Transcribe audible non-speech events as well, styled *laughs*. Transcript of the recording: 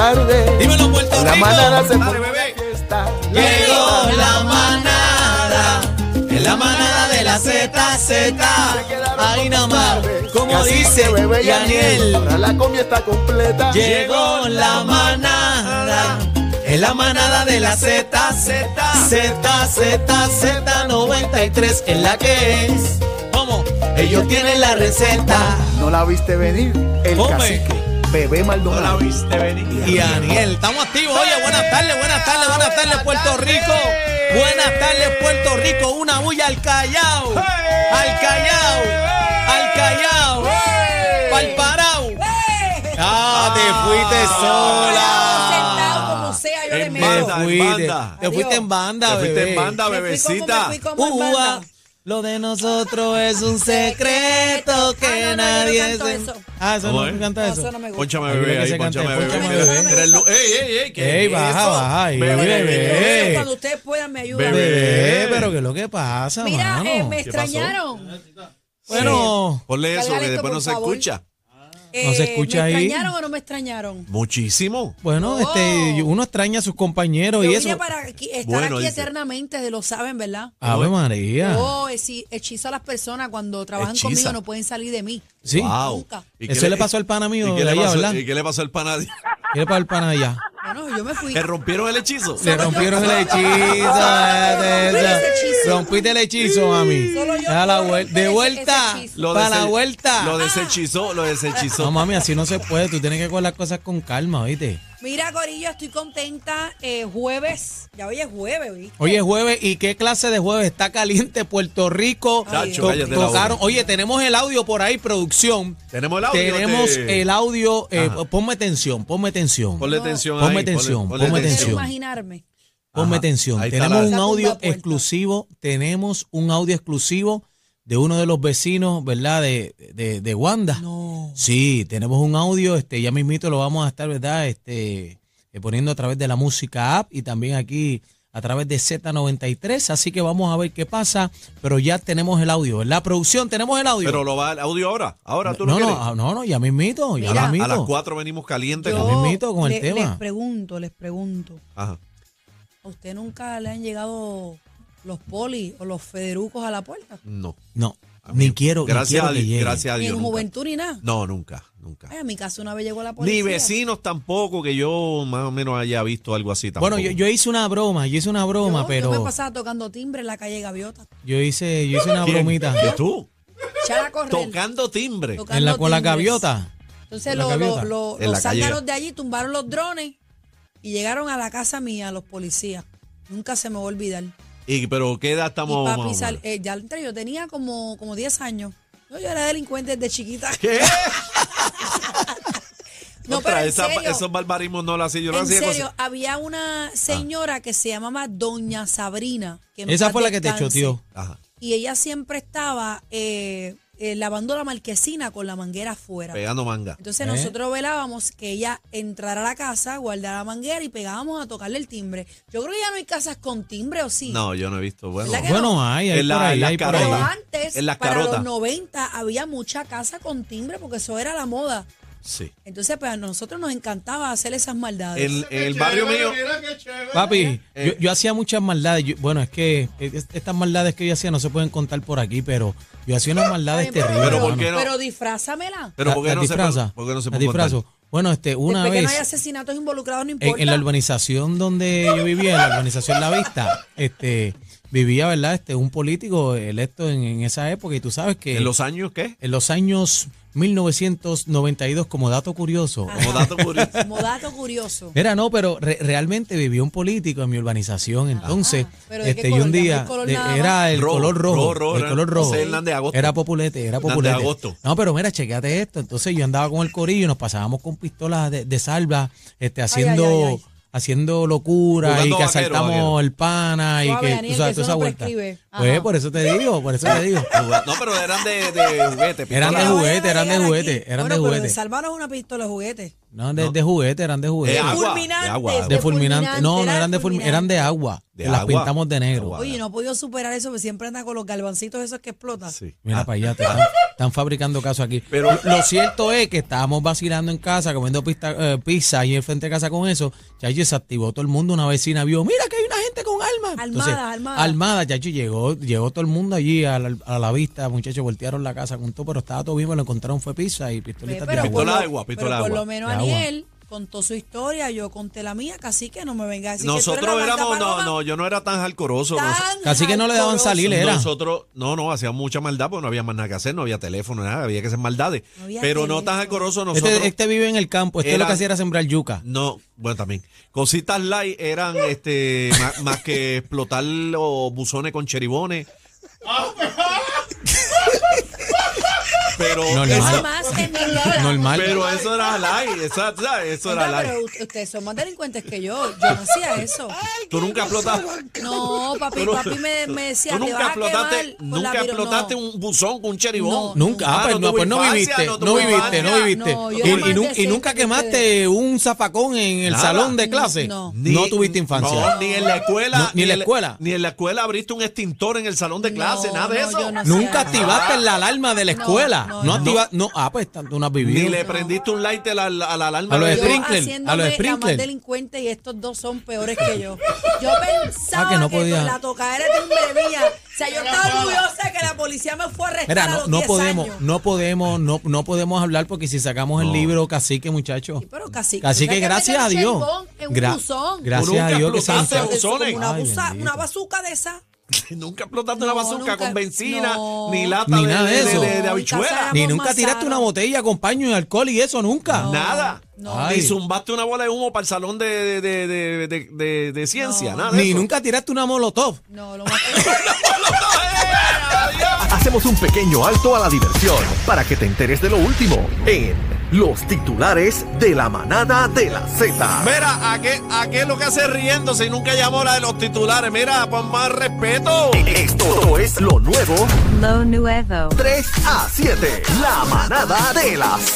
tarde. Dímelo, Puerto La Rico. manada se Dale, pone bebé. de fiesta. Llegó la manada, es la manada de la ZZ. Ahí nada más, como Cacique, dice bebé y Aniel. Daniel. Ahora la comida está completa. Llegó la manada, es la manada de la ZZ. ZZ, 93 es la que es. ¿Cómo? Ellos tienen la receta. No la viste venir. El Come. cacique. Bebé Maldonado. viste venir. Y Daniel, estamos activos. Oye, buenas tardes, buenas tardes, buenas tardes, Puerto Rico. Buenas tardes, Puerto Rico. Una bulla al Callao. Al Callao. Al Callao. Pal Parao. Ah, te fuiste Sentado sola. como sea, yo le En Te meto. banda, fuiste. banda. Te fuiste en banda, Te fuiste bebé. en banda, Me fui como- bebecita. me fui como en Ua, banda. lo de nosotros es un secreto que Ah, no, no, yo no nadie canto se... eso. Ah, eso ¿Cómo no es? me canta No, eso. eso no me gusta. Pónchame Ahí viene bebé, que ahí, se canta, pónchame bebé. pónchame, Mira, bebé. mira el lu- Ey, ey, ey, ¿qué Ey, es baja, eso? baja, ahí, Bebé, bebé. Pero Ey. Cuando ustedes puedan, me ayudan. Bebé. Bebé, pero ¿qué es lo que pasa, Mira, mano? eh, me ¿Qué pasó? extrañaron. Bueno, Ponle eso Cargar que esto, después no por se favor. escucha. Eh, No se escucha ¿Me ahí. extrañaron o no me extrañaron? Muchísimo. bueno, Oh. este, uno extraña a sus compañeros Yo y vine eso. Ah, para aquí- estar Bueno, aquí dice. eternamente, de lo saben, ¿verdad? Ave María. Oh, hechi- hechizo a las personas cuando trabajan Hechiza. conmigo, no pueden salir de mí. Sí. Wow. Nunca. ¿Y qué Eso le pasó al pana mío ¿Y qué de le allá, pasó- ¿verdad? ¿Y qué le pasó al pana? *laughs* ¿Qué le pasa al pana allá? Bueno, yo me fui. ¿Le rompieron el hechizo? Le rompieron el hechizo. eh, Rompí ese esa. hechizo. Rompiste el hechizo, mami. Solo yo Ya la puedo vuel- romper De ese- vuelta. ese hechizo. Lo Para la dese- vuelta. Lo desechizó, lo No, desechizó. mami, así no se puede. Tú tienes que coger las cosas con calma, ¿oíste? Mira, Corillo, estoy contenta. eh, jueves, ya hoy es jueves, ¿viste? Hoy es jueves y qué clase de jueves está caliente Puerto Rico. Chacho, To- cállate la boca. tocaron. Oye, tenemos el audio por ahí, producción. Tenemos el audio. Tenemos te- el audio. eh, Ajá. ponme atención, ponme atención. Ponle No. tensión Ponme ahí, tensión, ponme Quiero atención. imaginarme. Ponme Ajá, atención. ahí está Tenemos la- un Esa audio tumba puerta. exclusivo. Tenemos un audio exclusivo de uno de los vecinos, ¿verdad? De, de, de Wanda. No. Sí, tenemos un audio. Este, ya mismito lo vamos a estar, ¿verdad? Este, eh, poniendo a través de la música app y también aquí a través de Z93. Así que vamos a ver qué pasa. Pero ya tenemos el audio. La producción, tenemos el audio. Pero lo va el audio ahora. Ahora tú lo no, quieres. no, no, no, ya mismito, ya Mira. mismito. a las 4 venimos calientes. Yo- con- mismito con el le- tema. Les pregunto, les pregunto. Ajá. ¿A usted nunca le han llegado los polis o los federucos a la puerta? No. No, a mí- ni quiero, ni Gracias quiero a que Dios. llegue. Gracias a Ni Dios. en nunca. juventud ni nada. No, nunca, nunca. Ay, a mi casa una vez llegó la policía. Ni vecinos tampoco, que yo más o menos haya visto algo así tampoco. Bueno, yo, yo hice una broma, yo hice una Yo- broma, yo pero me pasaba tocando timbre en la calle Gaviota. yo hice, yo hice una ¿Quién? bromita ¿Y tú? Echar a correr. Tocando timbre. tocando en la con la timbres. gaviota. Entonces ¿Con la lo- gaviota? lo- lo- En la los calle. sacaron de allí, tumbaron los drones y llegaron a la casa mía los policías. Nunca se me va a olvidar. Y, pero ¿qué edad Y estamos? más o papi sal- menos? eh, ya entré, yo tenía como, como 10 años. Yo, yo era delincuente desde chiquita. ¿Qué? *laughs* No, Contra, pero en esa- serio, Esos barbarismos no los hacía. Yo lo en hacía serio, cosas- había una señora que se llamaba Doña Sabrina. que en Esa paz fue la que te descanse. choteó. Ajá. Y ella siempre estaba eh, eh, lavando la marquesina con la manguera afuera. Pegando manga. Entonces ¿Eh? nosotros velábamos que ella entrara a la casa, guardara la manguera y pegábamos a tocarle el timbre. Yo creo que ya no hay casas con timbre o sí. No, yo no he visto. Bueno, ¿Verdad que Bueno, hay, hay por En la- en ahí, la hay por carota. Pero ahí. antes, En las para carotas. los 90, había mucha casa con timbre porque eso era la moda. sí. Entonces, pues a nosotros nos encantaba hacer esas maldades. En, en el barrio mío. Papi, Eh. yo, yo hacía muchas maldades. yo- bueno, es que es- estas maldades que yo hacía no se pueden contar por aquí, pero yo hacía unas maldades Ay, pero- terribles. Pero ¿por mano. qué no? Pero disfrázamela. Pero La- ¿por qué, las no se, disfrazas, puede- por qué no se las puede contar? disfrazo. Bueno, este, una Después que no vez hay asesinatos involucrados, no en, importa. en la urbanización donde yo vivía, en la urbanización La Vista, este, vivía, ¿verdad? Este, un político electo en, en esa época y tú sabes que ¿En los años qué? en los años 1992, como dato curioso, Ajá. Como dato curioso. Ah. *laughs* Como dato curioso. Mira, no, pero re- realmente vivió un político en mi urbanización, entonces, ¿Pero de qué este, y un color? día ¿Dame el color de- nada era más? el Rojo, color rojo, rojo, rojo, el era color rojo, José Hernández Agosto. era populete, era Hernández populete. Agosto. No, pero mira, chequeate esto, entonces yo andaba con el corillo y nos pasábamos con pistolas de, de salva, este, haciendo, ay, ay. haciendo locura Jugando y que vaquero, asaltamos vaquero. el pana y Suave, que, Daniel, tú sabes, que toda eso esa no vuelta. prescribe. Pues Ajá. por eso te digo, por eso te *laughs* digo. No, pero eran de, de juguete. Eran de pistola. juguete, eran de Llegar juguete, aquí. eran de Bueno, pero juguete. de salvaron una pistola de juguete. No, de, de juguete, eran de juguete. De agua. Fulminantes. De agua. De De agua. fulminante. No, no Era eran de fulminante, fulminante. eran de agua. De que las agua. pintamos de negro. Agua. Oye, no he podido superar eso, porque siempre anda con los galvancitos esos que explotan. Sí. Mira para allá, te *laughs* están, están fabricando caso aquí. Ah. Pero- Lo- lo cierto es que estábamos vacilando en casa, comiendo pista- eh, pizza y enfrente de casa con eso. Chacho, se activó todo el mundo. Una vecina vio, mira que hay una gente con armas. Armada, Entonces, armada. Armada, chacho, llegó, llegó todo el mundo allí a la, a la vista. Muchachos, voltearon la casa con todo, pero estaba todo bien. pero Lo encontraron, fue pizza y Ve, pistolitas de Pues, pero agua. por Pistola lo- de agua, pistola pero de por agua. lo menos De agua. Aniel contó su historia, yo conté la mía, casi que no me venga a decir que tú Nosotros eres la éramos, maldita no, paloma no, yo no era tan jalcoroso. tan Casi que no le daban alcorosa. salir, era. Nosotros, no, no, hacíamos mucha maldad porque no había más nada que hacer, no había teléfono, nada, había que hacer maldades. No había pero no tan teléfono. jalcoroso nosotros. Este, este vive en el campo. Este lo que Eran- hacía era sembrar yuca. No, bueno, también. Cositas light eran este ma- más, que explotar los buzones con cheribones. Pero, No, eso, Jamás en mi vida. Normal. pero eso era light, esa- esa- eso era Oiga, light. pero u- ustedes son más delincuentes que yo. Yo no hacía eso. Tú nunca explotaste. No, papi, Tú nu- papi *laughs* me, me decía, tú te nunca vas a quemar explotaste, con la nunca viro- explotaste no. un buzón con un cheribón. No, Nunca, ah, Ah, pues, no, tuve pues no infancia, viviste, no, tuve viviste, no infancia. viviste. No, yo y, era y nu- más y nunca decente que quemaste un zafacón en el Nada. salón de clase. No, No. tuviste infancia. no, ni en la escuela. No, ni en la el- escuela. Ni en la escuela abriste un extintor en el salón de clase, No, nada de no, eso. yo no sé. Nunca Ah. activaste la alarma de la No, escuela. No, no, no. activaste. No, ah, pues tú no has vivido. Ni le prendiste un light a la, a la alarma. A los de- Yo sprinkler, haciéndome a los la más sprinkler. delincuente y estos dos son peores que yo. Yo pensaba Ah, que, que no con podía. la tocadera de timbre mía. O sea, yo estaba orgullosa que la policía me fue a arrestar Mira, a no, los no 10 podemos, años. no podemos, no, no podemos hablar porque si sacamos el libro, cacique, muchachos. Sí, pero cacique, Cacique, tú sabes que gracias a meter Dios. charbón en un buzón. gracias Nunca a Dios que se hizo- explotaste Eso, como buzones. una, Ay, buza- bendito. una bazuca de esa. *laughs* Nunca explotaste una No, bazooka nunca- con benzina, no. ni lata Ni de, nada de de- eso. de- de No, habichuela, casada. Ni Vamos nunca tiraste masado. una botella con paño y alcohol y eso, nunca. nada. no. Ay. Ni zumbaste una bola de humo para el salón de, de, de, de, de- de- de ciencia, No. nada de Ni eso. nunca tiraste una molotov. No, *laughs* lo más. Hacemos un pequeño alto a la diversión para que te enteres de lo último en los titulares de la manada de la Z. Mira, ¿a qué, ¿a qué es lo que hace riéndose y nunca llamó la de los titulares? Mira, pon más respeto. Esto es lo nuevo Lo Nuevo. 3 a 7, la manada de la Z.